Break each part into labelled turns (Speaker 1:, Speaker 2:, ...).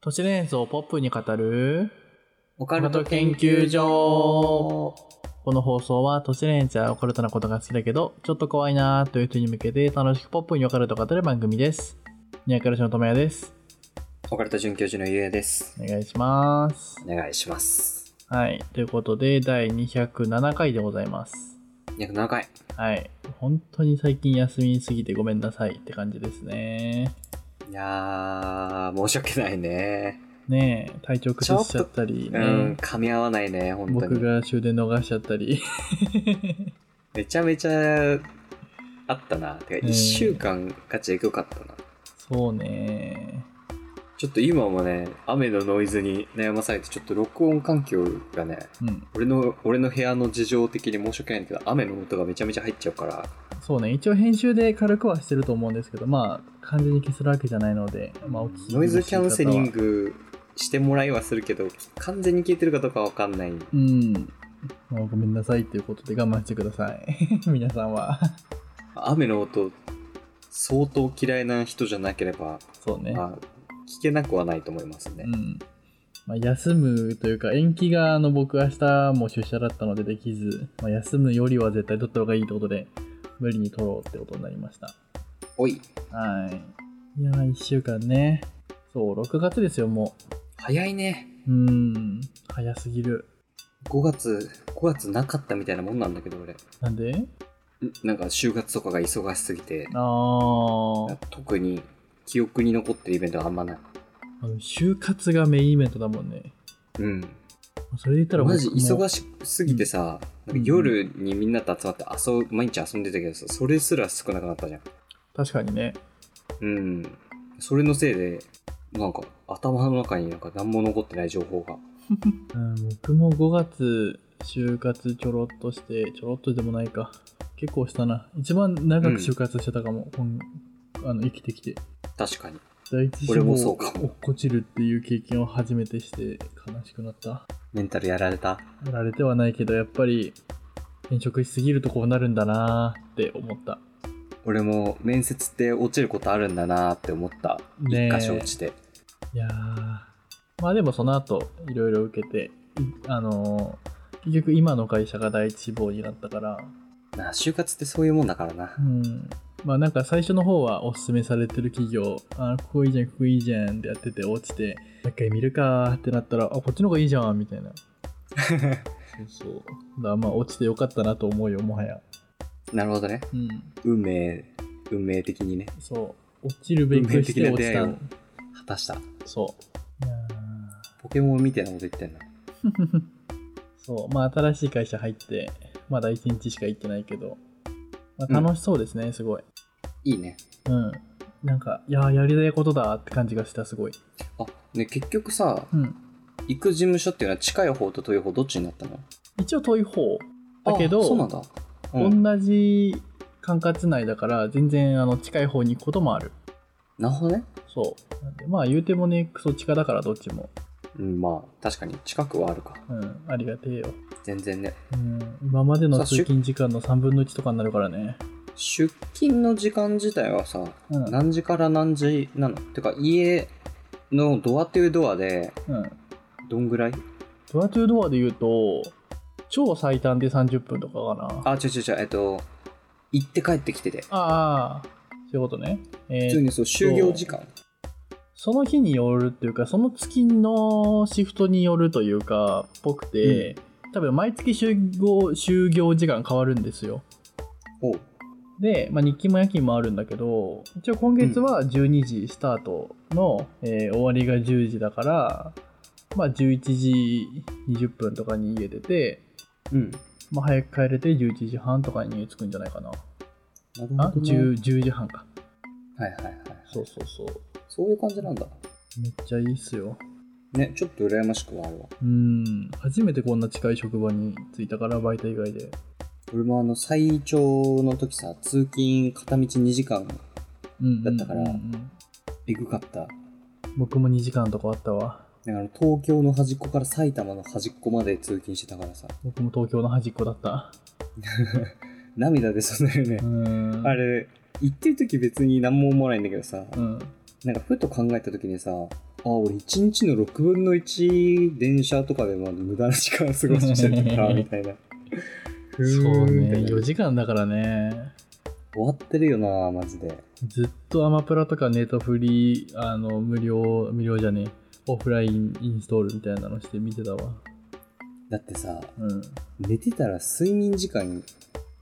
Speaker 1: 都市伝想をポップに語る
Speaker 2: オ
Speaker 1: オ
Speaker 2: カ
Speaker 1: カル
Speaker 2: ルト
Speaker 1: ト
Speaker 2: 研
Speaker 1: 研
Speaker 2: 究
Speaker 1: 究
Speaker 2: 所
Speaker 1: 所この放送は都市伝説やオカルトなことが好きだけどちょっと怖いなーという人に向けて楽しくポップにオカルトを語る番組ですニャーカルシのともやです
Speaker 2: オカルト准教授のゆうやです。
Speaker 1: お願いします
Speaker 2: お願いします。
Speaker 1: はいということで第207回でございます
Speaker 2: 約7回。
Speaker 1: はい本当に最近休みすぎてごめんなさいって感じですね
Speaker 2: いやー、申し訳ないね。
Speaker 1: ねえ体調崩しちゃったり
Speaker 2: う
Speaker 1: ね、
Speaker 2: ん、噛み合わないね、本当
Speaker 1: 僕
Speaker 2: に。
Speaker 1: が終電逃しちゃったり
Speaker 2: めちゃめちゃあったな。てか、
Speaker 1: うん
Speaker 2: 1週間価値が良かったな。
Speaker 1: そうね
Speaker 2: ちょっと今もね、雨のノイズに悩まされて、ちょっと録音環境がね、
Speaker 1: うん
Speaker 2: 俺の、俺の部屋の事情的に申し訳ないんだけど、雨の音がめちゃめちゃ入っちゃうから、
Speaker 1: そうね一応編集で軽くはしてると思うんですけどまあ完全に消せるわけじゃないので、まあ、お聞き
Speaker 2: ノイズキャンセリン
Speaker 1: グ
Speaker 2: グしてもらいはするけど、完全に消えてるかどうかわかんない。
Speaker 1: うんもうごめんなさいということで我慢してください 皆さんは
Speaker 2: 雨の音、相当嫌いな人じゃなければ、
Speaker 1: そうね、
Speaker 2: まあ、聞けなくはないと思いますね
Speaker 1: う。んまあ、休むというか延期があの僕明日も出社だったのでできず、まあ、休むよりは絶対取った方がいいってことで無理に取ろうってことになりました
Speaker 2: おい、
Speaker 1: はい。いやー、1週間ね。そう、6月ですよ、も
Speaker 2: 早いね。
Speaker 1: う。うーん、早すぎる。
Speaker 2: 5月、5月なかったみたいなもんなんだけど、俺。ん
Speaker 1: なんで
Speaker 2: なんか、就活とかが忙しすぎて、
Speaker 1: あー、
Speaker 2: 特に記憶に残ってるイベントはあんまない。
Speaker 1: あの就活がメインイベントだもんね。
Speaker 2: うん。
Speaker 1: それで言ったら
Speaker 2: マジ忙
Speaker 1: し
Speaker 2: しすぎてさ、
Speaker 1: うん
Speaker 2: なんか夜にみんなと集まって遊ぶ、毎日遊んでたけどさ、それすら少なくなったじゃん。
Speaker 1: 確かにね。
Speaker 2: うん。それのせいで、なんか頭の中になんか何も残ってない情報が。
Speaker 1: うん、僕も5月、就活ちょろっとして、ちょろっとでもないか。結構したな。一番長く就活してたかも、こんあの生きてきて。
Speaker 2: 確かに。
Speaker 1: 第一志
Speaker 2: 俺
Speaker 1: 望
Speaker 2: も
Speaker 1: 落
Speaker 2: そうかも
Speaker 1: っこちるっていう経験を初めてして悲しくなった。
Speaker 2: メンタルやられた。
Speaker 1: やられてはないけどやっぱり転職しすぎるとこうなるんだなーって思った
Speaker 2: 俺も面接って落ちることあるんだなーって思った。
Speaker 1: ねえ
Speaker 2: 一箇所落ちて。
Speaker 1: いやーまあでもその後いろいろ受けていあのー結局今の会社が第一志望になったから
Speaker 2: なあ就活ってそういうもんだからな
Speaker 1: う。んまあなんか最初の方はおすすめされてる企業あーここいいじゃんここいいじゃんってやってて落ちてもう一回見るかーってなったらあこっちの方がいいじゃんみたいなそうそうだからまあ落ちてよかったなと思うよもはや
Speaker 2: なるほどね。
Speaker 1: うん
Speaker 2: 運命、運命的にね、
Speaker 1: そう落ちるべくして落ちた
Speaker 2: 運命的な出会いを果たした。
Speaker 1: そう。いや
Speaker 2: ポケモンみたいなこと言ってんな。
Speaker 1: ーそう、まあ新しい会社入って、まだ1日しか行ってないけど、まあ、
Speaker 2: うん
Speaker 1: 楽しそうですね、すごい。
Speaker 2: いいね。
Speaker 1: うん。なんか、いやーやりたいことだって感じがした、すごい。
Speaker 2: あ、ね、結局さ、
Speaker 1: うん。
Speaker 2: 行く事務所っていうのは近い方と遠い方どっちになったの
Speaker 1: 一応遠い方。だけど、
Speaker 2: あそうなんだ。うん。
Speaker 1: 同じ管轄内だから、全然あの近い方に行くこともある。
Speaker 2: なるほどね。
Speaker 1: そう。なんでまあ言うてもね、クソ近だからどっちも。
Speaker 2: うん、まあ、確かに近くはあるか。
Speaker 1: うん、ありがてえよ。
Speaker 2: 全然ね。
Speaker 1: うん、今までの
Speaker 2: さあ
Speaker 1: 通勤時間の3分の1とかになるからね。
Speaker 2: 出勤の時間自体はさ、
Speaker 1: うん。
Speaker 2: 何時から何時なのてか、家のドアっていうドアで、
Speaker 1: うん
Speaker 2: どんぐらい
Speaker 1: ドアトゥードアで言うと、超最短で30分とかかな。
Speaker 2: あ、違う違う違う、えっと、行って帰ってきてて。
Speaker 1: ああ、そういうことね。え
Speaker 2: 普通
Speaker 1: ー
Speaker 2: にそう、就業時間。
Speaker 1: その日によるっていうか、その月のシフトによるというか、ぽくて、多分毎月就業就業時間変わるんですよ。
Speaker 2: おう
Speaker 1: で、まあ、日勤も夜勤もあるんだけど、一応今月は12時スタートの、えー終わりが10時だから、まあ、11時20分とかに家出て、
Speaker 2: うん。
Speaker 1: まあ、早く帰れて11時半とかに家着くんじゃないかな。
Speaker 2: なる
Speaker 1: あ
Speaker 2: ほど、ね。
Speaker 1: 10, 10時半か
Speaker 2: はいはいはい。
Speaker 1: そうそうそう
Speaker 2: そういう感じなんだ。
Speaker 1: めっちゃいいっすよ
Speaker 2: ね、ちょっと羨ましくはあるわ。
Speaker 1: うん初めてこんな近い職場に着いたからバイト以外で
Speaker 2: 俺もあの、最長の時さ、通勤片道2時間、
Speaker 1: うん
Speaker 2: だったから
Speaker 1: うんうん
Speaker 2: えぐかった。
Speaker 1: 僕も2時間とかあったわ
Speaker 2: だから東京の端っこから埼玉の端っこまで通勤してたからさ、
Speaker 1: 僕も東京の端っこだった
Speaker 2: 涙でそんなよね
Speaker 1: う。ん
Speaker 2: あれ、行ってる時別に何も思わないんだけどさ、
Speaker 1: うん
Speaker 2: なんかふと考えた時にさ、あ、俺1日の6分の1電車とかでまあ無駄な時間過ごして たみたいな。ふーん
Speaker 1: そう
Speaker 2: みた
Speaker 1: ね
Speaker 2: いな
Speaker 1: 4時間だからね
Speaker 2: 終わってるよな、マジで。
Speaker 1: ずっとアマプラとかネットフリーあの無料無料じゃねえオフラインインストールみたいなのして見てたわ
Speaker 2: だってさ、
Speaker 1: うん
Speaker 2: 寝てたら睡眠時間、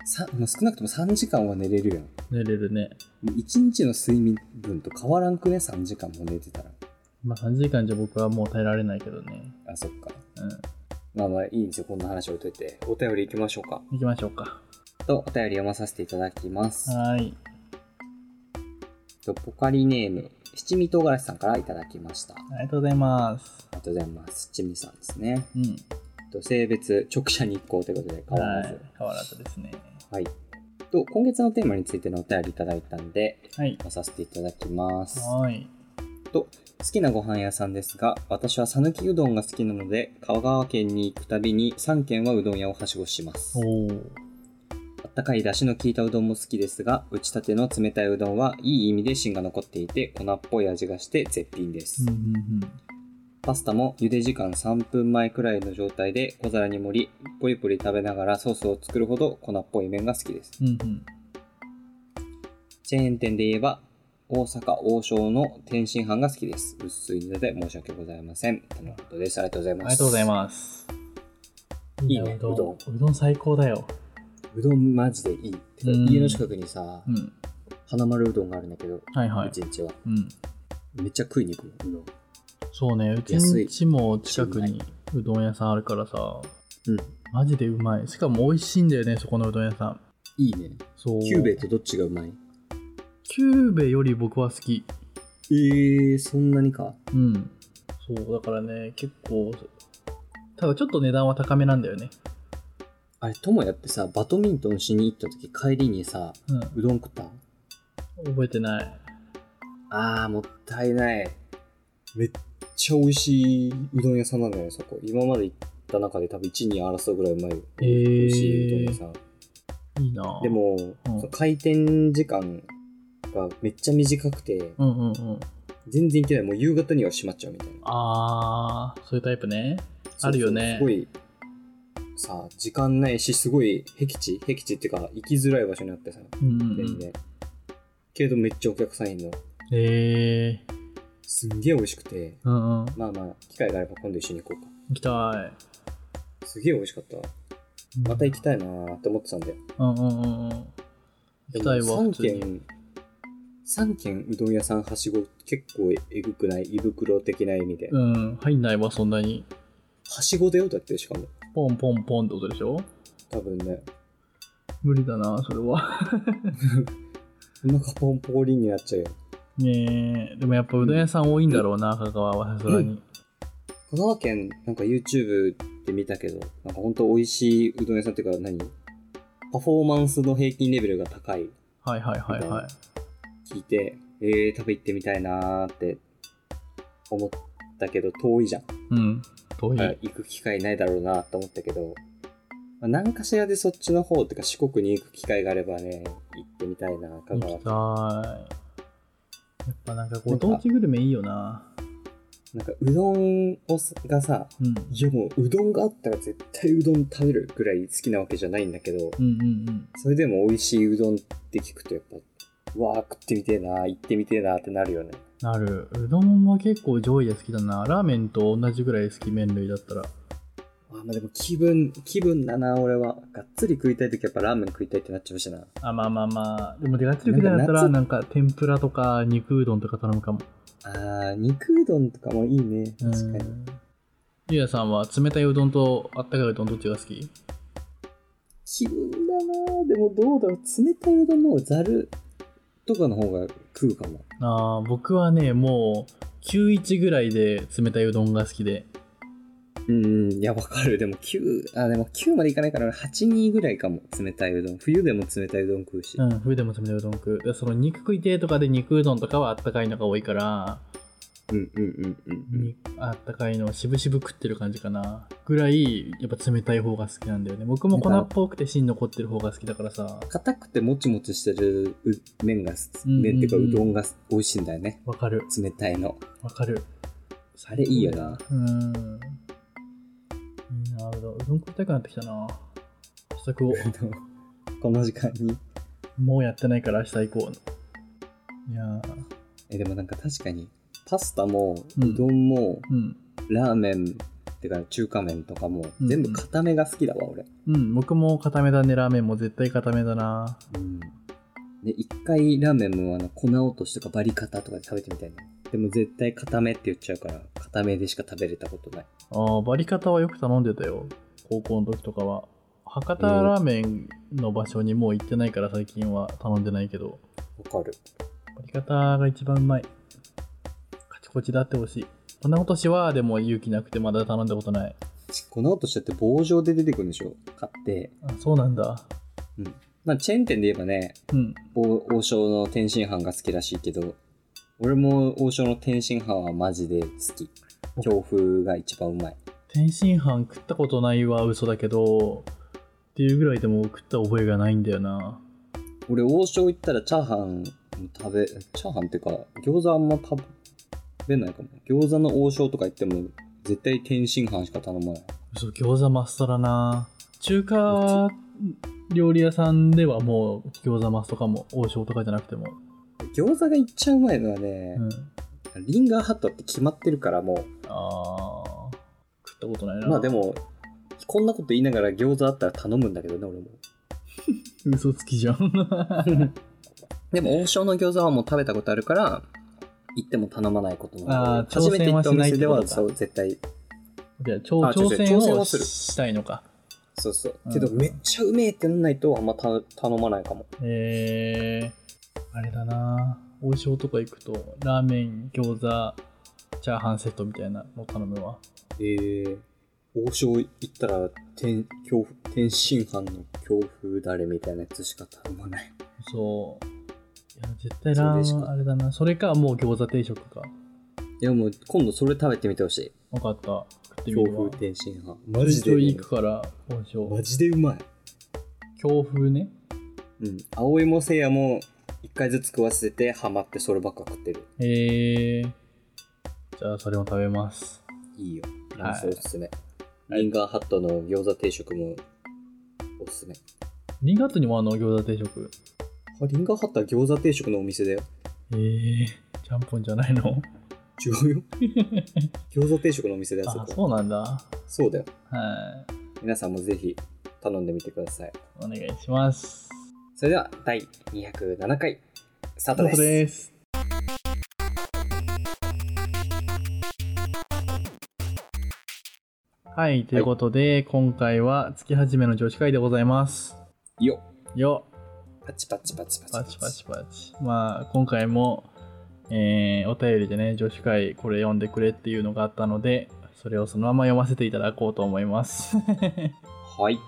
Speaker 2: さまあ、少なくとも3時間は寝れるやん。
Speaker 1: 寝れるね
Speaker 2: 1日の睡眠分と変わらんくね、3時間も寝てたら。
Speaker 1: まあ3時間じゃ僕はもう耐えられないけどね
Speaker 2: あ、そっか。
Speaker 1: うん
Speaker 2: まあまあいいんですよ、こんな話置いといて。お便り行きましょうか。
Speaker 1: 行きましょうか
Speaker 2: と、お便り読まさせていただきます。
Speaker 1: はーい
Speaker 2: とポカリネーム、七味唐辛子さんからいただきました。あ
Speaker 1: ありがとうございます
Speaker 2: りがとうございます。七味さんですね。
Speaker 1: うん
Speaker 2: と性別、直射日光ということで変わらず。
Speaker 1: 変わらずですね
Speaker 2: はい。と、今月のテーマについてのお便りいただいたんで、
Speaker 1: はい
Speaker 2: 出させていただきます。
Speaker 1: はーい
Speaker 2: 好きなご飯屋さんですが、私は讃岐うどんが好きなので、香川県に行くたびに3軒はうどん屋をはしごします。
Speaker 1: おお
Speaker 2: あったかい出汁の効いたうどんも好きですが、打ちたての冷たいうどんはいい意味で芯が残っていて、粉っぽい味がして絶品です。
Speaker 1: うんうん
Speaker 2: パスタも茹で時間3分前くらいの状態で小皿に盛り、ポリポリ食べながらソースを作るほど粉っぽい麺が好きです。
Speaker 1: うんうんうん
Speaker 2: チェーン店で言えば、大阪王将の天津飯が好きです。薄いので申し訳ございません。とのことです。ありがとうござい
Speaker 1: あ
Speaker 2: ま
Speaker 1: り
Speaker 2: す。
Speaker 1: がとうございます
Speaker 2: いいね
Speaker 1: うどん
Speaker 2: うど
Speaker 1: うどん最高だよ
Speaker 2: す。うどんマジでいい。て
Speaker 1: う
Speaker 2: か
Speaker 1: ん
Speaker 2: 家の近くにさ、
Speaker 1: うん
Speaker 2: 花丸うどんがあるんだけど、
Speaker 1: はいはいう
Speaker 2: ちんちは。
Speaker 1: うん
Speaker 2: めっちゃ食いに行くもんう
Speaker 1: そうね、うち
Speaker 2: 安い
Speaker 1: んちも近くにうどん屋さんあるからさ、
Speaker 2: どん。うん。
Speaker 1: マジでうまい。しかも美味しいんだよね、そこのうどん屋さん。
Speaker 2: いいね。
Speaker 1: そう。
Speaker 2: キューベイとどっちがうまい
Speaker 1: キューベより僕は好き。
Speaker 2: えー、そんなにか。
Speaker 1: うん。そう、だからね、結構、ただちょっと値段は高めなんだよね。
Speaker 2: あれ、ともやってさ、バドミントンしに行った時帰りにさ、
Speaker 1: うん。
Speaker 2: うどん食った
Speaker 1: 覚えてない。
Speaker 2: あー、もったいない。めっちゃ美味しいうどん屋さんなんだよね、そこ。今まで行った中で多分1、2争うぐらいうまい。
Speaker 1: えー
Speaker 2: 美味しいうどん屋さん。
Speaker 1: いいな
Speaker 2: で、も、その開店時間がめっちゃ短くて、
Speaker 1: うんうんうん。
Speaker 2: 全然行けない。もう夕方には閉まっちゃうみたいな。
Speaker 1: あー、そういうタイプね。
Speaker 2: そうそう
Speaker 1: あるよね
Speaker 2: すごい、さ、時間ないし、すごい、僻地僻地っていうか、行きづらい場所にあってさ、
Speaker 1: うんうん、う
Speaker 2: 全
Speaker 1: ん。
Speaker 2: 然。けどめっちゃお客さんいるの。
Speaker 1: えー、
Speaker 2: すんげえ美味しくて、
Speaker 1: うんうん。
Speaker 2: まあまあ、機会があれば今度一緒に行こうか。
Speaker 1: 行きた
Speaker 2: すげえ美味しかったわ。
Speaker 1: い。
Speaker 2: また行きたいなーって思ってたんだよ。
Speaker 1: うんうんうんうん。行
Speaker 2: で
Speaker 1: き
Speaker 2: も
Speaker 1: たいわ、普
Speaker 2: 3
Speaker 1: 通に。
Speaker 2: 軒、3軒うどん屋さんはしご結構えぐくない胃袋的な意味で。
Speaker 1: うん、入んないわ、そんなに。
Speaker 2: はしごだよだってしかも。
Speaker 1: ポンポンポンってことでしょ
Speaker 2: 多分ね。
Speaker 1: 無理だな、それは。
Speaker 2: お腹ポンポリンになっちゃうよ。
Speaker 1: ねえ、でもやっぱうどん屋さん多いんだろうな、香川はさすがに。
Speaker 2: 香川県なんか YouTube で見たけど、なんかほんと美味しいうどん屋さんっていうか何パフォーマンスの平均レベルが高い。
Speaker 1: はいはいはいはい。
Speaker 2: 聞いて、えー、食べ行ってみたいなーって思ったけど遠いじゃん。
Speaker 1: うん、遠い。
Speaker 2: あ行く機会ないだろうなと思ったけど、まあ、何かしらでそっちの方っていうか四国に行く機会があればね行ってみたいな香
Speaker 1: 行
Speaker 2: 川
Speaker 1: きたい。やっぱなんかご
Speaker 2: なんか
Speaker 1: 当地グルメいいよな。
Speaker 2: なんかうどんをすがさ
Speaker 1: うん。
Speaker 2: いやもううどんがあったら絶対うどん食べるぐらい好きなわけじゃないんだけど
Speaker 1: うんうんうん。
Speaker 2: それでも美味しいうどんって聞くとやっぱうわー食ってみてえな行ってみてえなってなるよね
Speaker 1: なる。うどんは結構上位で好きだな。ラーメンと同じぐらい好き、麺類だったら。
Speaker 2: あーまあでも気分気分だな俺はがっつり食いたい時やっぱラーメン食いたいってなっちゃうしな
Speaker 1: あ、まあまあまあ。でも出かけるくらいだったら、なんか天ぷらとか肉うどんとか頼むかも。
Speaker 2: あー肉うどんとかもいいね確かに
Speaker 1: うんゆうやさんは冷たいうどんとあったかいうどんどっちが好き
Speaker 2: 気分だなぁでもどうだろう冷たいうどんの方がざるとかの方が食うかも
Speaker 1: ああ僕はねもう91ぐらいで冷たいうどんが好きで
Speaker 2: うんうんいやわかるでも9あでも9までいかないから82ぐらいかも冷たいうどん冬でも冷たいうどん食うし、
Speaker 1: うん冬でも冷たいうどん食うでその肉食いてえとかで肉うどんとかはあったかいのが多いから、
Speaker 2: うんうんうんうん
Speaker 1: にあったかいのをしぶしぶ食ってる感じかなぐらいやっぱ冷たい方が好きなんだよね僕も粉っぽくて芯残ってる方が好きだからさ
Speaker 2: 硬くてもちもちしてるう麺がす
Speaker 1: うんうんうん
Speaker 2: 麺っていうかうどんが美味しいんだよね
Speaker 1: わかる
Speaker 2: 冷たいの
Speaker 1: わかる
Speaker 2: あれいいよな。
Speaker 1: うん。いいな、うどん。うどん食いたくなってきたな。試 作を。
Speaker 2: この時間に。
Speaker 1: もうやってないから明日行こう。いやー
Speaker 2: え、でもなんか確かに、パスタも、
Speaker 1: うん
Speaker 2: うどんも、
Speaker 1: うん。
Speaker 2: ラーメン、ってか中華麺とかも、
Speaker 1: うん
Speaker 2: 全部固めが好きだわ、俺。
Speaker 1: うん、僕も固めだね、ラーメンも絶対固めだな。
Speaker 2: うん。で、一回ラーメンもあの粉落としとかバリカタとかで食べてみたいな。でも絶対固めって言っちゃうから、固めでしか食べれたことない。
Speaker 1: ああ、バリカタはよく頼んでたよ。高校の時とかは。博多ラーメンの場所にもう行ってないから最近は頼んでないけど、
Speaker 2: わかる。
Speaker 1: バリカタが一番うまい。カチコチだってほしい。こんなことしは、でも勇気なくてまだ頼んだことない。
Speaker 2: 粉落としだって棒状で出てくるんでしょ買って。
Speaker 1: あそうなんだ。
Speaker 2: まあ、チェーン店で言えばね、
Speaker 1: うん。
Speaker 2: 王王将の天津飯が好きらしいけど、俺も王将の天津飯はマジで好き。強風が一番うまい。
Speaker 1: 天津飯食ったことないは嘘だけど、っていうぐらいでも食った覚えがないんだよな。
Speaker 2: 俺、王将行ったらチャーハンも食べ、チャーハンってか、餃子あんま食べないかも。餃子の王将とか行っても、絶対天津飯しか頼まない。
Speaker 1: そう餃子まっさらな中華料理屋さんではもう餃子マスとかも王将とかじゃなくても、
Speaker 2: 餃子がいっちゃうまいのはね
Speaker 1: う、ん、
Speaker 2: リンガーハットって決まってるからも、
Speaker 1: あー食ったことないうな
Speaker 2: まあでも、こんなこと言いながら餃子あったら頼むんだけどね、俺も。
Speaker 1: 嘘つきじゃん
Speaker 2: でも王将の餃子はもう食べたことあるから行っても頼まないことも
Speaker 1: あー
Speaker 2: 初めて行ったお
Speaker 1: 挑戦はし
Speaker 2: 店で
Speaker 1: ないってこと
Speaker 2: は
Speaker 1: か
Speaker 2: そう絶対
Speaker 1: じゃあ挑
Speaker 2: あ違う違う
Speaker 1: 挑戦
Speaker 2: 挑戦
Speaker 1: を
Speaker 2: はする
Speaker 1: したいのか
Speaker 2: そうそう
Speaker 1: うん
Speaker 2: けどめっちゃうめえってなんないとあんまた頼まないかも
Speaker 1: えー、あれだな王将とか行くとラーメン餃子チャーハンセットみたいなの頼むわ
Speaker 2: えー、王将行ったら天京天津飯の京風だれみたいなやつしか頼まない
Speaker 1: そういや絶対ラ
Speaker 2: そ
Speaker 1: ー
Speaker 2: れ
Speaker 1: メ
Speaker 2: し
Speaker 1: ン
Speaker 2: か
Speaker 1: あれだなそれかもう餃子定食か
Speaker 2: いやもう今度それ食べてみてほし
Speaker 1: 分かった食って
Speaker 2: い
Speaker 1: み
Speaker 2: 京
Speaker 1: るわ
Speaker 2: 風天津飯
Speaker 1: マ
Speaker 2: マ
Speaker 1: ジ
Speaker 2: ジ
Speaker 1: で
Speaker 2: で
Speaker 1: 行くから、王将
Speaker 2: マ。ジでうまい
Speaker 1: 強風ね。
Speaker 2: うん葵もせいやも一回ずつ食わせてハマってそればっか食ってる
Speaker 1: えー。じゃあ、それも食べます。
Speaker 2: いいよ。フ
Speaker 1: はい
Speaker 2: ランスおすすめ。リンガーハットの餃子定食もおすすめ。
Speaker 1: 2月にもあの餃子定食。
Speaker 2: あリンガーハットは餃子定食のお店だよ。
Speaker 1: えー。ちゃんぽんじゃないの
Speaker 2: 違う よ。餃子定食のお店だよ、そ
Speaker 1: あ、
Speaker 2: こ。
Speaker 1: そうなんだ。
Speaker 2: そうだよ。
Speaker 1: はい。
Speaker 2: 皆さんもぜひ頼んでみてください。
Speaker 1: お願いします。
Speaker 2: それでは、第207回、スター
Speaker 1: と
Speaker 2: ト
Speaker 1: いうこ
Speaker 2: です。
Speaker 1: とです。はい、ということで、今回は月初めの女子会でございます。
Speaker 2: よ
Speaker 1: よっ
Speaker 2: パチパチパチパチ
Speaker 1: パチパチパチ。まあ、今回も、えーお便りでね、女子会これ読んでくれっていうのがあったので、それをそのまま読ませていただこうと思います。
Speaker 2: はい。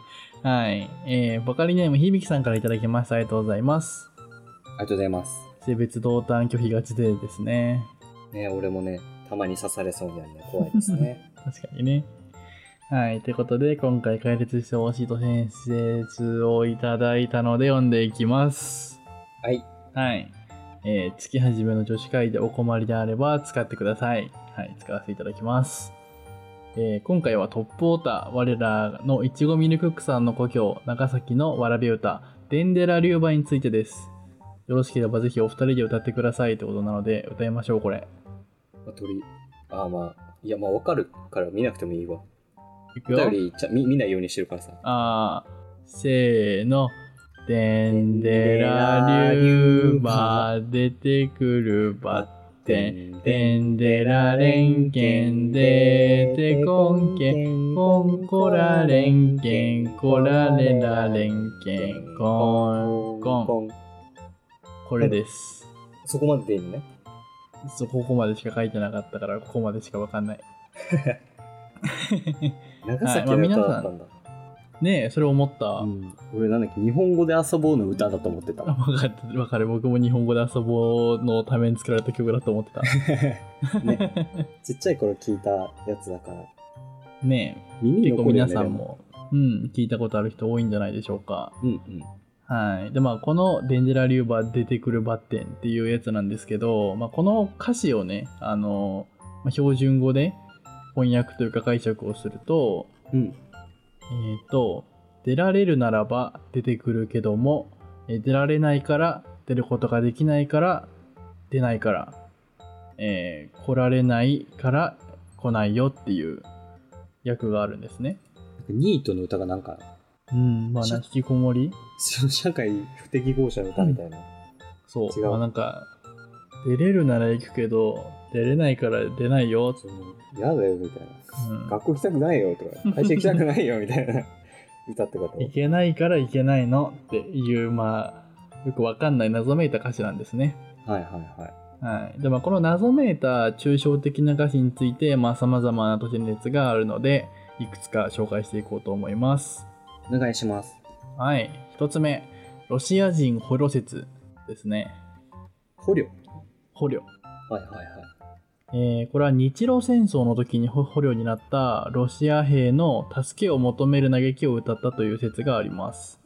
Speaker 1: はい。えー、バカリネームひびきさんからいただきました。ありがとうございます。
Speaker 2: ありがとうございます。
Speaker 1: 性別同担拒否がちでですね。
Speaker 2: ね俺もね、たまに刺されそうになるね。怖いですね。
Speaker 1: 確かにね。はい。ということで、今回解説してほしいと先生をいただいたので読んでいきます。
Speaker 2: はい。
Speaker 1: はい。えー月初めの女子会でお困りであれば使ってください。はい、使わせていただきます。えー今回はトップウォーター、我らのいちごミルクックさんの故郷、長崎のわらび歌、デンデラリューバについてです。よろしければぜひお二人で歌ってくださいってことなので、歌いましょう、これ。
Speaker 2: まあ、鳥、ああまあ、いやまあわかるから見なくてもいいわ。
Speaker 1: いく
Speaker 2: お便
Speaker 1: よ。
Speaker 2: りちゃ見見ないようにしてるからさ。
Speaker 1: あー、せーの。デンデラリューバ出てくるバて
Speaker 2: ん
Speaker 1: てんでられんけんでてこんけん
Speaker 2: ん
Speaker 1: こんこられんけんこられられんけんこんこん
Speaker 2: ん
Speaker 1: これです
Speaker 2: そこまででいいのね
Speaker 1: そうここまでしか書いてなかったからここまでしかわかん ない
Speaker 2: 長崎の歌だったんだ、
Speaker 1: ねえそれ思った、
Speaker 2: うん、俺なんだっけ日本語で遊ぼうの歌だと思ってた
Speaker 1: あ分かった分かる僕も日本語で遊ぼうのために作られた曲だと思ってた
Speaker 2: ね ちっちゃい頃聞いたやつだから
Speaker 1: ねえ
Speaker 2: 耳に
Speaker 1: 結構
Speaker 2: 残るよ
Speaker 1: 皆
Speaker 2: ね
Speaker 1: さんもうん聞いたことある人多いんじゃないでしょうか
Speaker 2: でもうん
Speaker 1: はい。で、まあ、このデンジェラリューバー出てくるバッテンっていうやつなんですけど、まあ、この歌詞をね、あの、まあ、標準語で翻訳というか解釈をすると、
Speaker 2: うん。
Speaker 1: えっ、と、出られるならば出てくるけども、えー出られないから、出ることができないから、出ないから、えー来られないから来ないよっていう訳があるんですね。
Speaker 2: なんかニートの歌がなんか、
Speaker 1: うん、まあ、
Speaker 2: し
Speaker 1: 引きこもり
Speaker 2: その社会不適合者の歌みたいな。
Speaker 1: そう。
Speaker 2: 違う
Speaker 1: まあ、なんか、出れるなら行くけど、出れないから出ないよ。
Speaker 2: その、嫌だよみたいな。
Speaker 1: うん
Speaker 2: 学校行きたくないよとか、 会社行きたくないよみたいな歌ってこと。
Speaker 1: いけないからいけないのっていう、まあ、よくわかんない謎めいた歌詞なんですね。
Speaker 2: はいはいはい。
Speaker 1: はい。で、まあ、この謎めいた抽象的な歌詞について、まあ、様々な都市熱があるので、いくつか紹介していこうと思います。
Speaker 2: お願いします。
Speaker 1: はい。一つ目、ロシア人捕虜説ですね。
Speaker 2: 捕虜。
Speaker 1: 捕虜。
Speaker 2: はいはいはい。
Speaker 1: えーこれは日露戦争の時に捕捕虜になったロシア兵の助けを求める嘆きを歌ったという説があります。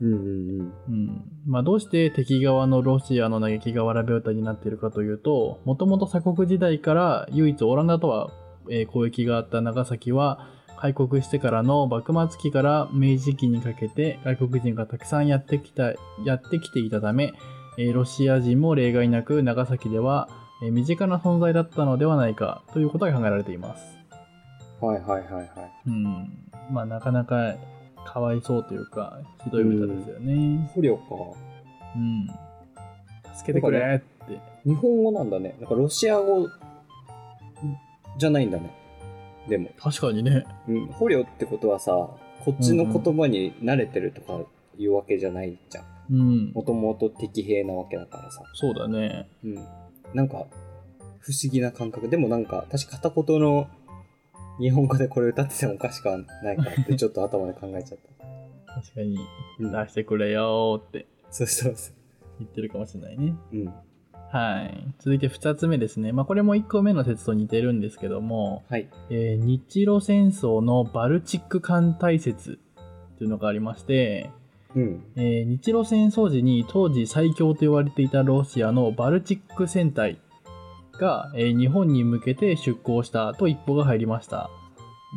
Speaker 2: うんうんうん。
Speaker 1: うんまあ、どうして敵側のロシアの嘆きがわらべ歌になっているかというともともと鎖国時代から唯一オランダとは、えー交易があった長崎は開国してからの幕末期から明治期にかけて外国人がたくさんやってきたやってきていたため、えーロシア人も例外なく長崎では、えー身近な存在だったのではないかということが考えられています。
Speaker 2: はいはいはいはい。
Speaker 1: うんまあ、なかなかかわいそうというかひどい歌ですよね。
Speaker 2: 捕虜か。
Speaker 1: うん。助けてくれって。
Speaker 2: 日本語なんだね。なんかロシア語じゃないんだね。でも、
Speaker 1: 確かにね。
Speaker 2: うん、捕虜ってことはさ、こっちの言葉に慣れてるとかいうわけじゃないじゃん。
Speaker 1: うん
Speaker 2: も。ともと敵兵なわけだからさ。
Speaker 1: そうだね。
Speaker 2: うん。なんか、不思議な感覚。でもなんか、私片言の日本語でこれ歌っててもおかしくはないからってちょっと頭で考えちゃった。
Speaker 1: 確かに、
Speaker 2: うん、
Speaker 1: 出してくれよーって
Speaker 2: そうそうそ
Speaker 1: 言ってるかもしれないね。
Speaker 2: う。うん。は
Speaker 1: はい。続いて2つ目ですね。まあこれも1個目の説と似てるんですけども、
Speaker 2: い。
Speaker 1: えー日露戦争のバルチック艦隊説というのがありまして、
Speaker 2: うん。
Speaker 1: えー日露戦争時に当時最強と言われていたロシアのバルチック戦隊が、えー日本に向けて出航したと一歩が入りました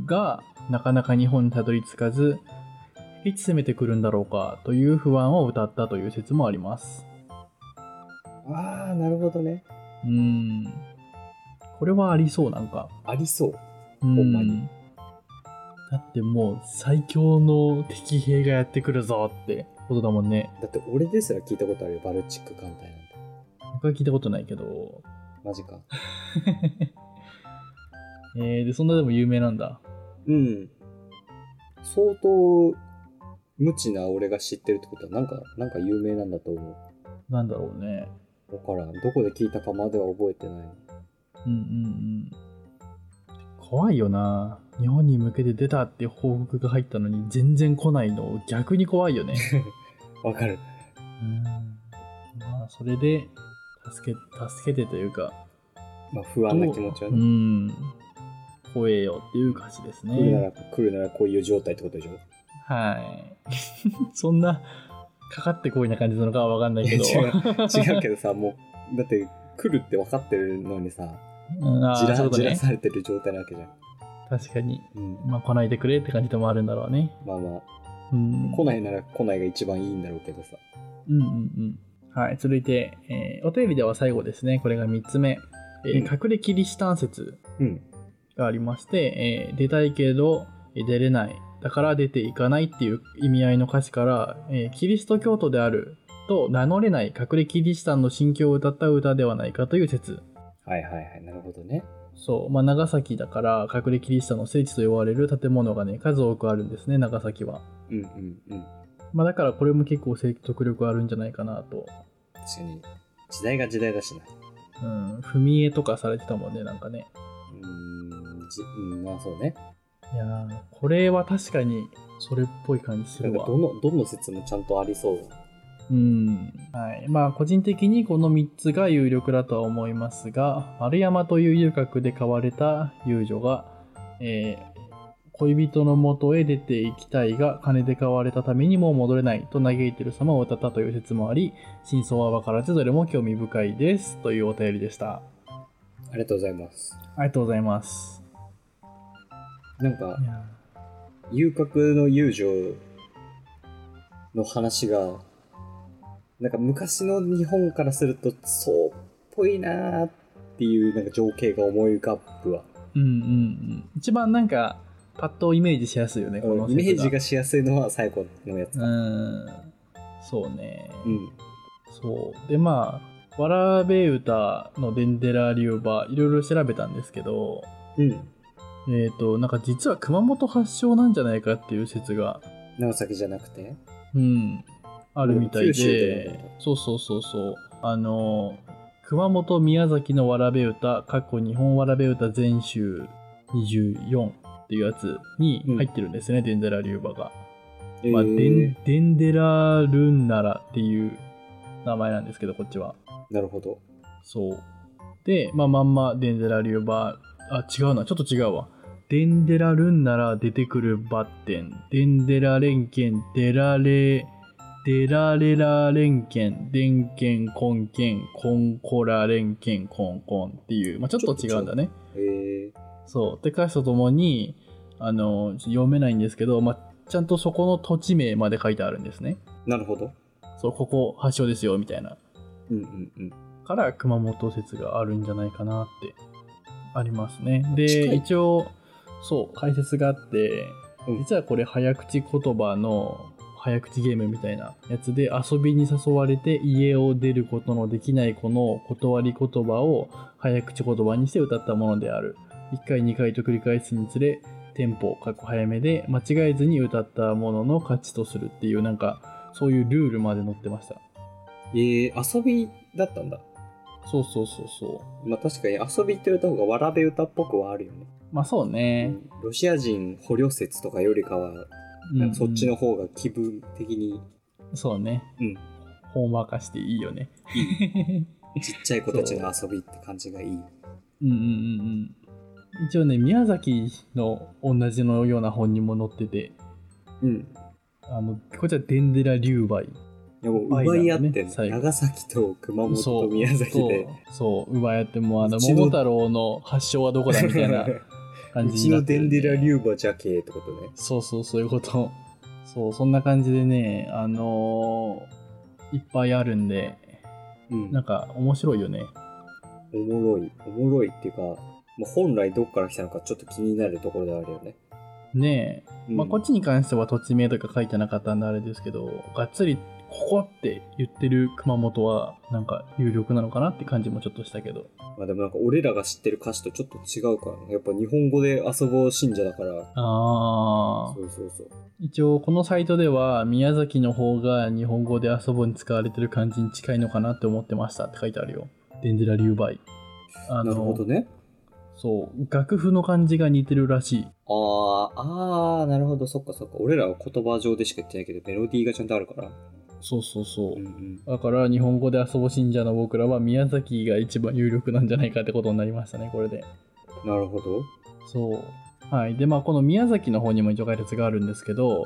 Speaker 1: がなかなか日本にたどり着かずいつ攻めてくるんだろうかという不安を歌ったという説もあります
Speaker 2: ああ、なるほどね。
Speaker 1: うーんこれはありそうなんか
Speaker 2: ありそう。
Speaker 1: ほ
Speaker 2: んまに
Speaker 1: だってもう最強の敵兵がやってくるぞってことだもんね
Speaker 2: だって俺ですら聞いたことあるよ、バルチック艦隊なんて。
Speaker 1: 僕は聞いたことないけど
Speaker 2: マジか。
Speaker 1: えー、でそんなでも有名なんだ
Speaker 2: うん。相当、無知な俺が知ってるってことは、なんか、なんか有名なんだと思
Speaker 1: なんだろうね
Speaker 2: う。だからん、どこで聞いたかまでは覚えてない。
Speaker 1: うんうんうん怖いよな日本に向けて出たって報告が入ったのに全然来ないの逆に怖い よね
Speaker 2: わかる。
Speaker 1: うんまあそれで助け助けてというか
Speaker 2: まあ、不安な気持ちは
Speaker 1: う
Speaker 2: ね。
Speaker 1: ん怖えよっていう歌詞です
Speaker 2: 来るな
Speaker 1: ね
Speaker 2: ら、来るならこういう状態ってことでしょ
Speaker 1: はい そんなかかってこいな感じなのかは分かんないけど
Speaker 2: いや違う違うけどさ、もう、だって、来るって分かってるのにさ、
Speaker 1: うんあーそう
Speaker 2: じ
Speaker 1: い
Speaker 2: ら
Speaker 1: うこと
Speaker 2: じら
Speaker 1: ね
Speaker 2: されてる状態なわけじゃん。
Speaker 1: 確かに
Speaker 2: うん。
Speaker 1: まあ来ないでくれって感じでもあるんだろうね
Speaker 2: まあまあ、
Speaker 1: うん
Speaker 2: 来ないなら来ないが一番いいんだろうけどさ。
Speaker 1: うんうんうん。はい、続いて、えーお便りでは最後ですね、これが3つ目、えー
Speaker 2: うん
Speaker 1: 隠れキリシタン説
Speaker 2: うん。
Speaker 1: がありまして、えー出たいけどえー出れない、だから出ていかないっていう意味合いの歌詞から、えーキリスト教徒であると名乗れない隠れキリシタンの心境を歌った歌ではないかという説。
Speaker 2: はいはいはい、なるほどね。
Speaker 1: そう、まあ、長崎だから隠れキリシタンの聖地と呼ばれる建物がね、数多くあるんですね、長崎は。
Speaker 2: うんうんうん。
Speaker 1: まあ、だからこれも結構説得力あるんじゃないかなと
Speaker 2: 確かに時代が時代だしな
Speaker 1: うん、踏み絵とかされてたもんね、なんかね。
Speaker 2: うーんじうんまあそうね
Speaker 1: いやー、これは確かにそれっぽい感じす
Speaker 2: なん
Speaker 1: る
Speaker 2: か
Speaker 1: わ
Speaker 2: ど。のどの説もちゃんとありそう
Speaker 1: うん。はい。まあ、個人的にこの3つが有力だとは思いますが、丸山という遊郭で買われた遊女が、えー恋人の元へ出て行きたいが、金で買われたためにもう戻れないと嘆いてる様を歌ったという説もあり、真相は分からず、どれも興味深いです。というお便りでした。
Speaker 2: ありがとうございます。
Speaker 1: ありがとうございます。
Speaker 2: なんか
Speaker 1: い、や
Speaker 2: 遊郭の遊女の話が、なんか昔の日本からすると、そうっぽいなーっていうなんか情景が思い浮かぶわ。
Speaker 1: うんうんうん。一番なんか、パッとイメージしやすいよね、この
Speaker 2: イメージがしやすいのは最後のやつ。
Speaker 1: うん。そうね。
Speaker 2: うん。
Speaker 1: そう。で、まあ、わらべ歌のデンデラリューバ、いろいろ調べたんですけど、
Speaker 2: うん。
Speaker 1: えっ、と、なんか実は熊本発祥なんじゃないかっていう説が、
Speaker 2: 長崎じゃなくて
Speaker 1: うん、あるみたい
Speaker 2: 九州で
Speaker 1: で、そうそうそうそう、あの、熊本、宮崎のわらべ歌、過去日本わらべ歌全集24っていうやつに入ってるんですね、デンデラリューバが。まあ、
Speaker 2: えー
Speaker 1: デンデンデラルンナラっていう名前なんですけど、こっちは。
Speaker 2: なるほど。
Speaker 1: そう。で、まあ、まんまデンデラリューバあ、違うな、ちょっと違うわ。デンデラルンなら出てくるバッテン。デンデラレンケン、デラレ、デラレラレンケン、デンケン、コンケン、コンコラレンケン、コンコンっていう、まあ、ちょっと違うんだね。
Speaker 2: えー、
Speaker 1: そう。で、歌詞とともに、あの、読めないんですけど、まあ、ちゃんとそこの土地名まで書いてあるんですね。
Speaker 2: なるほど。
Speaker 1: そう、ここ発祥ですよ、みたいな。
Speaker 2: うんうんうん。
Speaker 1: から熊本説があるんじゃないかなってありますね。
Speaker 2: 近
Speaker 1: で
Speaker 2: い
Speaker 1: 一応そう解説があって、
Speaker 2: うん
Speaker 1: 実はこれ早口言葉の早口ゲームみたいなやつで遊びに誘われて家を出ることのできない子の断り言葉を早口言葉にして歌ったものである。1回2回と繰り返すにつれテンポかっこ早めで間違えずに歌ったものの勝ちとするっていうなんかそういうルールまで載ってました。
Speaker 2: えー、遊びだったんだ。
Speaker 1: そうそうそうそう。
Speaker 2: まあ確かに遊びって言った方がわらべ歌っぽくはあるよね。
Speaker 1: まあそうね。
Speaker 2: ロシア人捕虜説とかよりかは、なんかそっちの方が気分的に、
Speaker 1: うんそうね
Speaker 2: うん、
Speaker 1: ほんわかしていいよね
Speaker 2: ちっちゃい子たちの遊びって感じがいい。
Speaker 1: うんうんうんうん一応ね宮崎の同じのような本にも載ってて
Speaker 2: うん。
Speaker 1: あのこっちはデンデラリュウバイ
Speaker 2: いやもう奪い合っ
Speaker 1: 愛な
Speaker 2: てん
Speaker 1: んだね
Speaker 2: の、
Speaker 1: 最後
Speaker 2: 長崎と熊本と宮崎
Speaker 1: そう
Speaker 2: で。
Speaker 1: そう奪い合ってもうあの
Speaker 2: うちの
Speaker 1: 桃太郎の発祥はどこだみたい な感
Speaker 2: う
Speaker 1: じ
Speaker 2: ち
Speaker 1: にな
Speaker 2: の
Speaker 1: って
Speaker 2: デ
Speaker 1: る
Speaker 2: ン
Speaker 1: んで
Speaker 2: デラリューバじゃけえってことね。
Speaker 1: そうそうそういうことそうそんな感じでねあのーいっぱいあるんで
Speaker 2: うん
Speaker 1: なん。か面白いよね
Speaker 2: おもろい。おもろいっていうか、まあ、本来どっから来たのかちょっと気になるところではあるよね。
Speaker 1: ねえ
Speaker 2: うん
Speaker 1: まあ、こっちに関しては土地名とか書いてなかったんであれですけどがっつりここって言ってる熊本はなんか有力なのかなって感じもちょっとしたけど
Speaker 2: まあでもなんか俺らが知ってる歌詞とちょっと違うからね。やっぱ日本語で遊ぼう信者だから。
Speaker 1: あ
Speaker 2: そうそうそう。
Speaker 1: 一応このサイトでは宮崎の方が日本語で遊ぼうに使われてる感じに近いのかなって思ってましたって書いてあるよデンデラリュウバイあ
Speaker 2: なるほ
Speaker 1: の
Speaker 2: どね。
Speaker 1: そう楽譜の感じが似てるらしい
Speaker 2: あー、あー、なるほど。そっかそっか。俺らは言葉上でしか言ってないけど、メロディーがちゃんとあるから。
Speaker 1: そうそうそう、
Speaker 2: うんうん。
Speaker 1: だから日本語で遊ぼう信者の僕らは宮崎が一番有力なんじゃないかってことになりましたねこれで
Speaker 2: なるほど。
Speaker 1: そう。はい。で、まあ、この宮崎の方にも一応解説があるんですけど、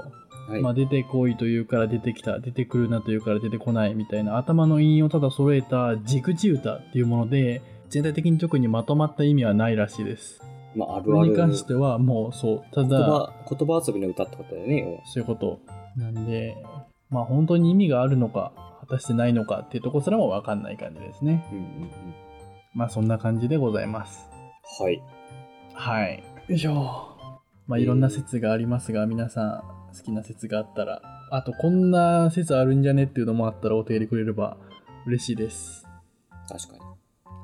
Speaker 2: はい。
Speaker 1: まあ、出てこいというから出てきた、出てくるなというから出てこないみたいな、頭の韻をただ揃えた軸地歌っていうもので、全体的に特にまとまった意味はないらしいです。
Speaker 2: まあ、ある
Speaker 1: こ
Speaker 2: あ
Speaker 1: れ
Speaker 2: る
Speaker 1: に関しては、もうそう、た
Speaker 2: 言
Speaker 1: だ、
Speaker 2: 葉言葉遊びの歌ってことだよね、要は
Speaker 1: そういうこと。なんで、まあ、本当に意味があるのか、果たしてないのかっていうとこすらもわかんない感じですね。
Speaker 2: うんうんうん。
Speaker 1: まあ、そんな感じでございます。
Speaker 2: はい。
Speaker 1: はい。よいしょ。まあ、いろんな説がありますが、皆さん好きな説があったら、あとこんな説あるんじゃねっていうのもあったらお手入れくれれば嬉しいです。
Speaker 2: 確かに。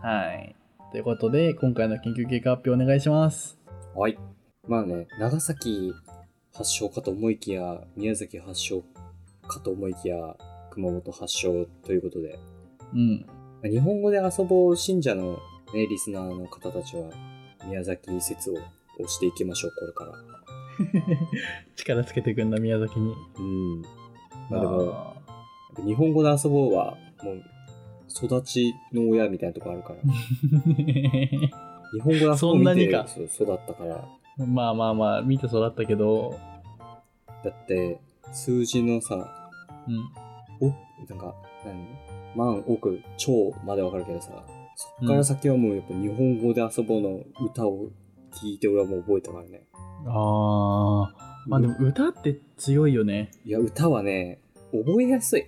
Speaker 1: はい。ということで、今回の研究結果発表お願いします。
Speaker 2: はい。まあね、長崎発祥かと思いきや、宮崎発祥かと思いきや、熊本発祥ということで、
Speaker 1: うん。
Speaker 2: 日本語で遊ぼう信者の、ね、リスナーの方たちは、宮崎説を押していきましょう、これから。
Speaker 1: 力つけてくんだ、宮崎に。
Speaker 2: うん。まあでも、
Speaker 1: あ
Speaker 2: 日本語で遊ぼうは、もう、育ちの親みたいなとこあるから、
Speaker 1: ー
Speaker 2: 日本語で遊ぼ
Speaker 1: そ
Speaker 2: うん
Speaker 1: な
Speaker 2: 見
Speaker 1: に
Speaker 2: て
Speaker 1: か
Speaker 2: そう育ったから、
Speaker 1: まあまあまあ、見て育ったけど、
Speaker 2: だって、数字のさ、
Speaker 1: うん。
Speaker 2: おなんか、何万、億、兆までわかるけどさ、そっから先はもうやっぱ日本語で遊ぼうの歌を聞いて俺はもう覚えたからね。
Speaker 1: あーまあでも歌って強いよね
Speaker 2: いや、歌はね、覚えやすい。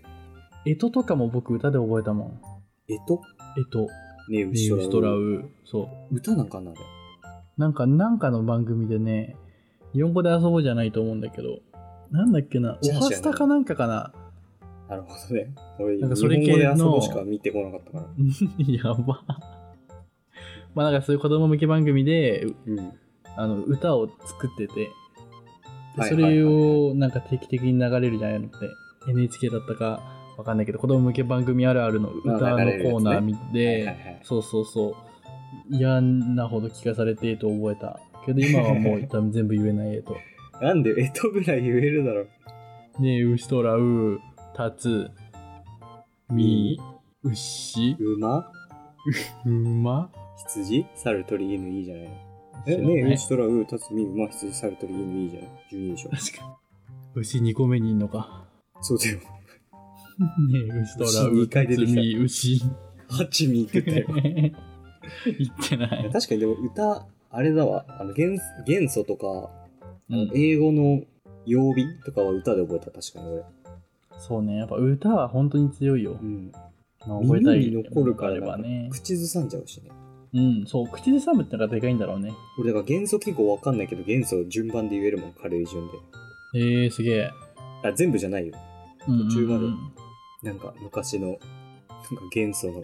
Speaker 1: 干支とかも僕歌で覚えたもん
Speaker 2: えと、
Speaker 1: 干支
Speaker 2: ね、ウ
Speaker 1: ニ
Speaker 2: シ
Speaker 1: ュースト
Speaker 2: ト
Speaker 1: ラ
Speaker 2: ラウ。
Speaker 1: ウそ
Speaker 2: 歌なんかなあれ。
Speaker 1: うなんかなんかの番組でね日本語で遊ぼうじゃないと思うんだけどなんだっけな
Speaker 2: じゃあ
Speaker 1: オハスタかなんかかな
Speaker 2: なるほどね。俺、
Speaker 1: なんか
Speaker 2: 日
Speaker 1: そ
Speaker 2: 本
Speaker 1: れ
Speaker 2: 語
Speaker 1: 系
Speaker 2: で
Speaker 1: の
Speaker 2: 遊ぼうしか見てこなかったから。
Speaker 1: やば。 まあなんかそういう子供向け番組でう
Speaker 2: うん。
Speaker 1: あの歌を作っててで
Speaker 2: はい
Speaker 1: それをなんか定期的に流れるじゃないのって NHK だったかわかんないけど子供向け番組あるあるの歌のコ
Speaker 2: まあ流れるやつね
Speaker 1: ーナー見
Speaker 2: はいはい
Speaker 1: て
Speaker 2: はい
Speaker 1: そうそうそう嫌なほど聞かされてと覚えたけど今はもう多分全部言えないえと
Speaker 2: なんで、えとぐらい言えるだろう。
Speaker 1: 「ねえうしとらうたつみうし
Speaker 2: 馬
Speaker 1: うま」
Speaker 2: 羊猿鳥犬いいじゃないの。え、
Speaker 1: 知らない
Speaker 2: ねウシトラウ、タツミ、馬羊猿鳥犬いいじゃない。12でしょ。
Speaker 1: 確かに牛2個目にいんのか
Speaker 2: そうだよ。
Speaker 1: ねえ牛とラ
Speaker 2: 牛
Speaker 1: ウ
Speaker 2: 二回出てきた
Speaker 1: ミ牛
Speaker 2: ハチミって言ったよ。
Speaker 1: 言って ない
Speaker 2: 確かにでも歌、あれだわ。あの元元素とか、あの
Speaker 1: うん
Speaker 2: 英語の曜日とかは歌で覚えた、確かに俺。
Speaker 1: そうねやっぱ歌は本当に強いよ
Speaker 2: うん。
Speaker 1: まあ覚えた
Speaker 2: 耳
Speaker 1: い
Speaker 2: に残るか
Speaker 1: も
Speaker 2: ら
Speaker 1: のがあ
Speaker 2: な
Speaker 1: れば
Speaker 2: ん
Speaker 1: ね
Speaker 2: か口ずさんじゃうしね。
Speaker 1: うんそう口ずさむってのがでかいんだろうね
Speaker 2: 俺だから元素記号わかんないけど元素順番で言えるもん軽い順で
Speaker 1: えー、すげえ
Speaker 2: あ全部じゃないよ
Speaker 1: 途
Speaker 2: 途中までなんか昔のなんか元素の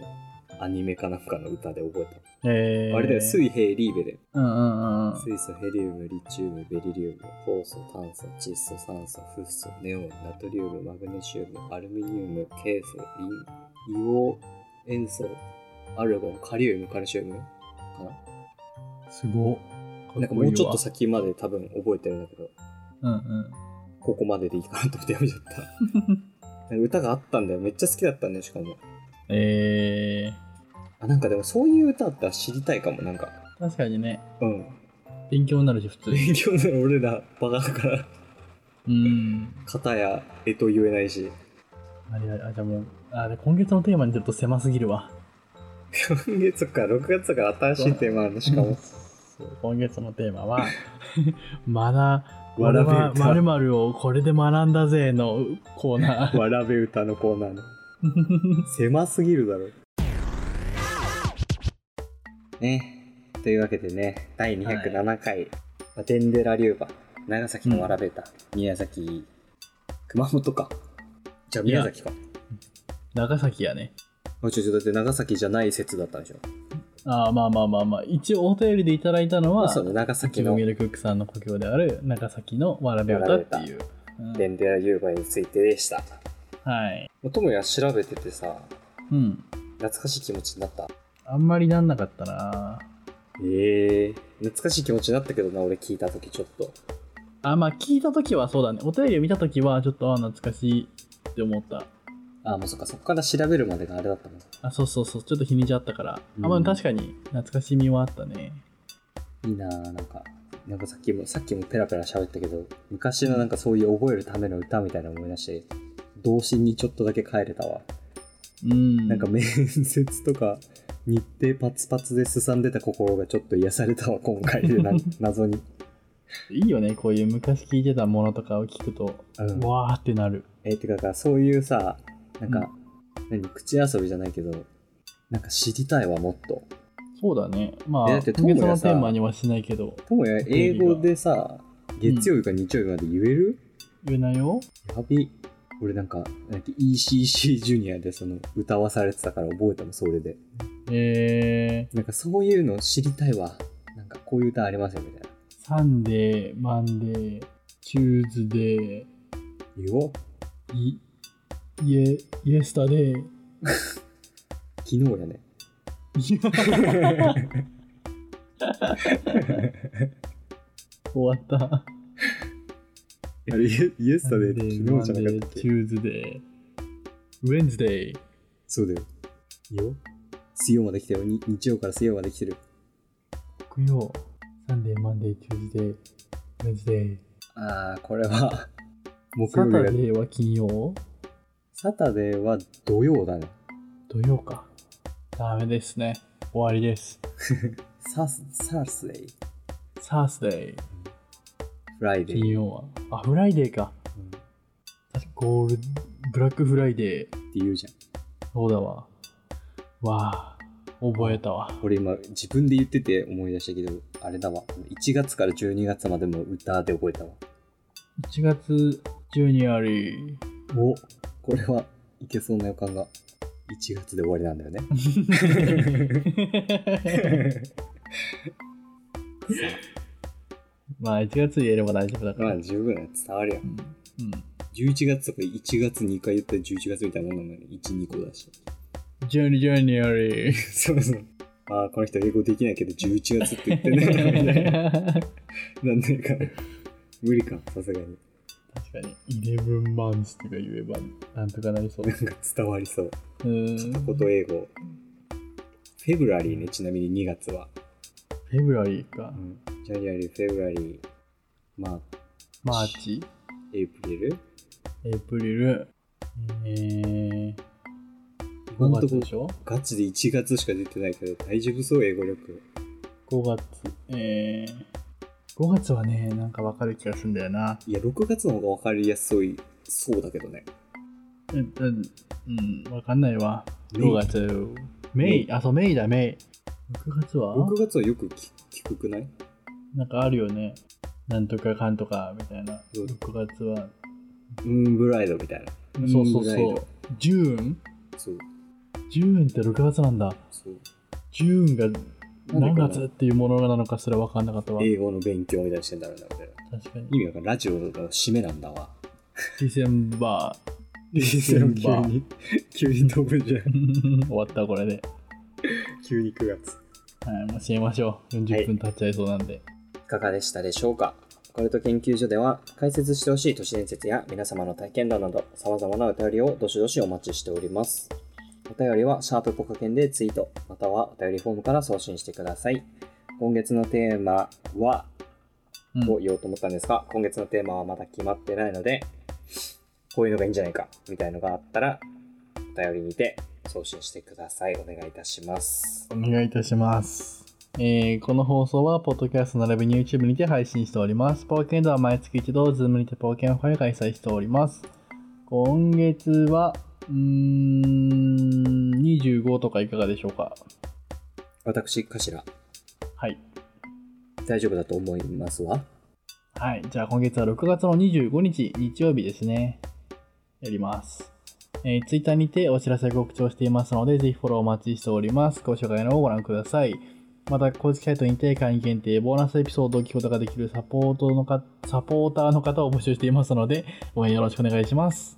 Speaker 2: アニメかなんかの歌で覚え
Speaker 1: えー、
Speaker 2: た、あれだよ水平リーベで
Speaker 1: うんうんうんうん
Speaker 2: 水素ヘリウムリチウムベリリウムホウ素炭素窒素酸素フッ素ネオンナトリウムマグネシウムアルミニウムケイ素イン硫黄塩素アルゴンカリウムカルシウムか
Speaker 1: すごっ
Speaker 2: ななんか
Speaker 1: っこ
Speaker 2: も
Speaker 1: いいう
Speaker 2: ちょっ
Speaker 1: わ
Speaker 2: と先まで多分覚えてるんだけど
Speaker 1: うんうん
Speaker 2: ここまででいいかなと思ってやめちゃった。 なんか歌があったんだよ。めっちゃ好きだったんだよ、しかも。
Speaker 1: え
Speaker 2: あ、なんかでもそういう歌あったら知りたいかも、なんか。
Speaker 1: ー、確かにね
Speaker 2: うん。
Speaker 1: 勉強になるし普通に
Speaker 2: 勉強なら俺らバカだから、
Speaker 1: うん
Speaker 2: 型や絵と言えないし。
Speaker 1: あれあれあじゃあもうあれ今月のテーマにすると狭すぎるわ
Speaker 2: 今月か、6月から新しいテーマあるの、しかも。
Speaker 1: そう今月のテーマは「まだ
Speaker 2: わ
Speaker 1: 俺
Speaker 2: らべ
Speaker 1: は
Speaker 2: 歌
Speaker 1: 〇〇をこれで学んだぜ」のコー ナー
Speaker 2: わらべ歌のコーナーの。狭すぎるだろ。ね。というわけでね、第207回、デンデラリューバ、長崎のわらべ歌、宮崎、熊本か。じゃあ宮崎か。
Speaker 1: 長崎やね
Speaker 2: あ、ちょちょ、だって長崎じゃない説だったんでしょ。
Speaker 1: あーまあまあまあまあ一応お便りでいただいたの
Speaker 2: まあ、
Speaker 1: は
Speaker 2: そうね、長
Speaker 1: さっき
Speaker 2: 崎
Speaker 1: の
Speaker 2: の
Speaker 1: ミルクックさんの故郷である長崎のわらべ歌っていう、うん
Speaker 2: デンデラユーバについてでした。
Speaker 1: はい
Speaker 2: ともや調べててさ、
Speaker 1: うん
Speaker 2: 懐かしい気持ちになった。
Speaker 1: あんまりなんなかったな
Speaker 2: ええ懐かしい気持ちになったけどな、俺聞いたときちょっと。
Speaker 1: あまあ聞いた時はそうだねお便りを見た時はちょっとあ懐かしいって思った
Speaker 2: あ、もうそっか、そっから調べるまでがあれだったもん。
Speaker 1: あそうそうそうちょっと日にちあったから、あま
Speaker 2: う
Speaker 1: あ
Speaker 2: ん
Speaker 1: 確かに懐かしみはあったね
Speaker 2: いいなぁ、なんか。なんかさっきも、さっきもペラペラ喋ったけど、昔のなんかそういう覚えるための歌みたいなの思い出して、童心にちょっとだけ帰れたわ。
Speaker 1: うん
Speaker 2: なんか面接とか日程パツパツですさんでた心がちょっと癒されたわ今回でな謎に、
Speaker 1: いいよねこういう昔聞いてたものとかを聞くと、
Speaker 2: うん
Speaker 1: わーってなる
Speaker 2: えーてかだからそういうさなんか、何口遊びじゃないけどなんか知りたいわもっと
Speaker 1: そうだねまあ今
Speaker 2: えだって
Speaker 1: 月
Speaker 2: 友也さ
Speaker 1: のテーマにはしないけど
Speaker 2: ともや英語でさ
Speaker 1: リーが
Speaker 2: 月曜日か日曜日まで言える、
Speaker 1: 言えないよ
Speaker 2: やび俺なんかなんか ECC ジュニアでその歌わされてたから覚えたもんそれで
Speaker 1: え
Speaker 2: なんかそういうの知りたいわなんかこういう歌ありますよみたいな
Speaker 1: ー、サンデーマンデーチューズデー
Speaker 2: 言おう
Speaker 1: イイエイエスタデー
Speaker 2: 昨日や ね
Speaker 1: 終わった
Speaker 2: あれ、イエイエスタデ
Speaker 1: サン
Speaker 2: ーって
Speaker 1: デー
Speaker 2: 昨日じゃなかった
Speaker 1: マン
Speaker 2: っ
Speaker 1: デー
Speaker 2: け
Speaker 1: チューズデーウェンズデー
Speaker 2: そうだよ。いいよ。水曜まで来たよ。に日曜から水曜まで来てる。
Speaker 1: 木曜サンデーマンデーチューズデーウェンズデー
Speaker 2: あー、これは、 木
Speaker 1: サ
Speaker 2: 曜
Speaker 1: タ
Speaker 2: 日
Speaker 1: デ
Speaker 2: が。
Speaker 1: ーは金曜
Speaker 2: サタデーは土曜だね。
Speaker 1: 土曜か。ダメですね。終わりです。
Speaker 2: サース、サースデイ。
Speaker 1: サースデイ、
Speaker 2: フライデー。
Speaker 1: 金曜は。あ、フライデーか。
Speaker 2: うんっ
Speaker 1: 確かゴール、ブラックフライデー、
Speaker 2: て言うじゃん。
Speaker 1: そうだわ。わあ、覚えたわ。
Speaker 2: これ今自分で言ってて思い出したけどあれだわ1月から12月までも歌で覚えたわ
Speaker 1: 1月12日あり。
Speaker 2: おこれはいけそうな予感が1月で終わりなんだよね
Speaker 1: まあ、1月言えれば大丈夫だか
Speaker 2: ま
Speaker 1: ら。
Speaker 2: あ十分伝わるやん
Speaker 1: うんうん
Speaker 2: 11月とか1月2回言ったら11月みたいなもんなのに12個だし
Speaker 1: 12, 12より。
Speaker 2: そうそうああこの人英語できないけど11月って言ってんだからみたい ななんでか無理かさすがに
Speaker 1: 確かに、11 months とか言えば、なんとかなりそう。
Speaker 2: なんか伝わりそう
Speaker 1: うーん。
Speaker 2: 片言英語フェブラリーねちなみに2月は
Speaker 1: フェブラリーか。
Speaker 2: ジャニアリー、フェブラリー、マーチ、
Speaker 1: マーチ、
Speaker 2: エイプリル。
Speaker 1: エイプリル、えー、
Speaker 2: 今の
Speaker 1: 5
Speaker 2: と
Speaker 1: 月
Speaker 2: こ
Speaker 1: でしょ
Speaker 2: ガチで1月しか出てないけど、大丈夫そう、英語力。
Speaker 1: ?5 月、えー、5月はね、なんかわかる気がするんだよな。
Speaker 2: いや、6月の方が分かりやすい、そうだけどね。
Speaker 1: えっと、うん、わかんないわ。
Speaker 2: メイ
Speaker 1: 5月、メイ、あ、そう、メイだ、メイ。6月は
Speaker 2: 6月はよく聞聞くくない
Speaker 1: なんかあるよね。なんとかかんとか、みたいな。
Speaker 2: そう
Speaker 1: 6月は、
Speaker 2: ムーンブライドみたいな。
Speaker 1: そうそう
Speaker 2: ムーンブラ
Speaker 1: そ
Speaker 2: イ
Speaker 1: う
Speaker 2: ド。
Speaker 1: ジューン
Speaker 2: そう、
Speaker 1: ジューンって6月なんだ。
Speaker 2: そう。
Speaker 1: ジューンが何
Speaker 2: なんでかな
Speaker 1: 月っていうものなのかすら分かんなかったわ。
Speaker 2: 英語の勉強みたいにしてんだろうな、みたいな。
Speaker 1: 確かに。
Speaker 2: 意味わかんない。ラジオの締めなんだわ。
Speaker 1: ディセンバ ー。
Speaker 2: ディ
Speaker 1: センバー
Speaker 2: に、急に飛ぶじゃん。
Speaker 1: 終わったこれで。
Speaker 2: 急に9月。
Speaker 1: はい、もう閉めましょう。
Speaker 2: はい
Speaker 1: 40分経っちゃいそうなんで。
Speaker 2: いかがでしたでしょうかオカルト研究所では解説してほしい都市伝説や皆様の体験談など様々なお便りをどしどしお待ちしております。お便りはシャープポカケンでツイート、またはお便りフォームから送信してください。今月のテーマは
Speaker 1: うん
Speaker 2: を言おうと思ったんですが、今月のテーマはまだ決まってないので、こういうのがいいんじゃないかみたいのがあったら、お便りにて送信してください。お願いいたします。
Speaker 1: お願いいたします。えーこの放送は、ポッドキャスト並びに YouTube にて配信しております。ポーケンでは毎月一度、Zoom にてポーケンファイを開催しております。今月は、うーん、25とかいかがでしょうか。
Speaker 2: 私、頭、
Speaker 1: はい。
Speaker 2: 大丈夫だと思いますわ。
Speaker 1: はい。じゃあ今月は6月の25日、日曜日ですね。やります。えー、Twitter にてお知らせ告知をしていますので、ぜひフォローお待ちしております。ご紹介の方をご覧ください。また、公式サイトにて会員限定、ボーナスエピソードを聞くことができるサポートのか、サポーターの方を募集していますので、応援よろしくお願いします。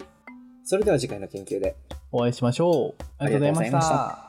Speaker 2: それでは次回の研究で。
Speaker 1: お会いしましょう。ありがとうございま
Speaker 2: ありがとうございま
Speaker 1: し。
Speaker 2: した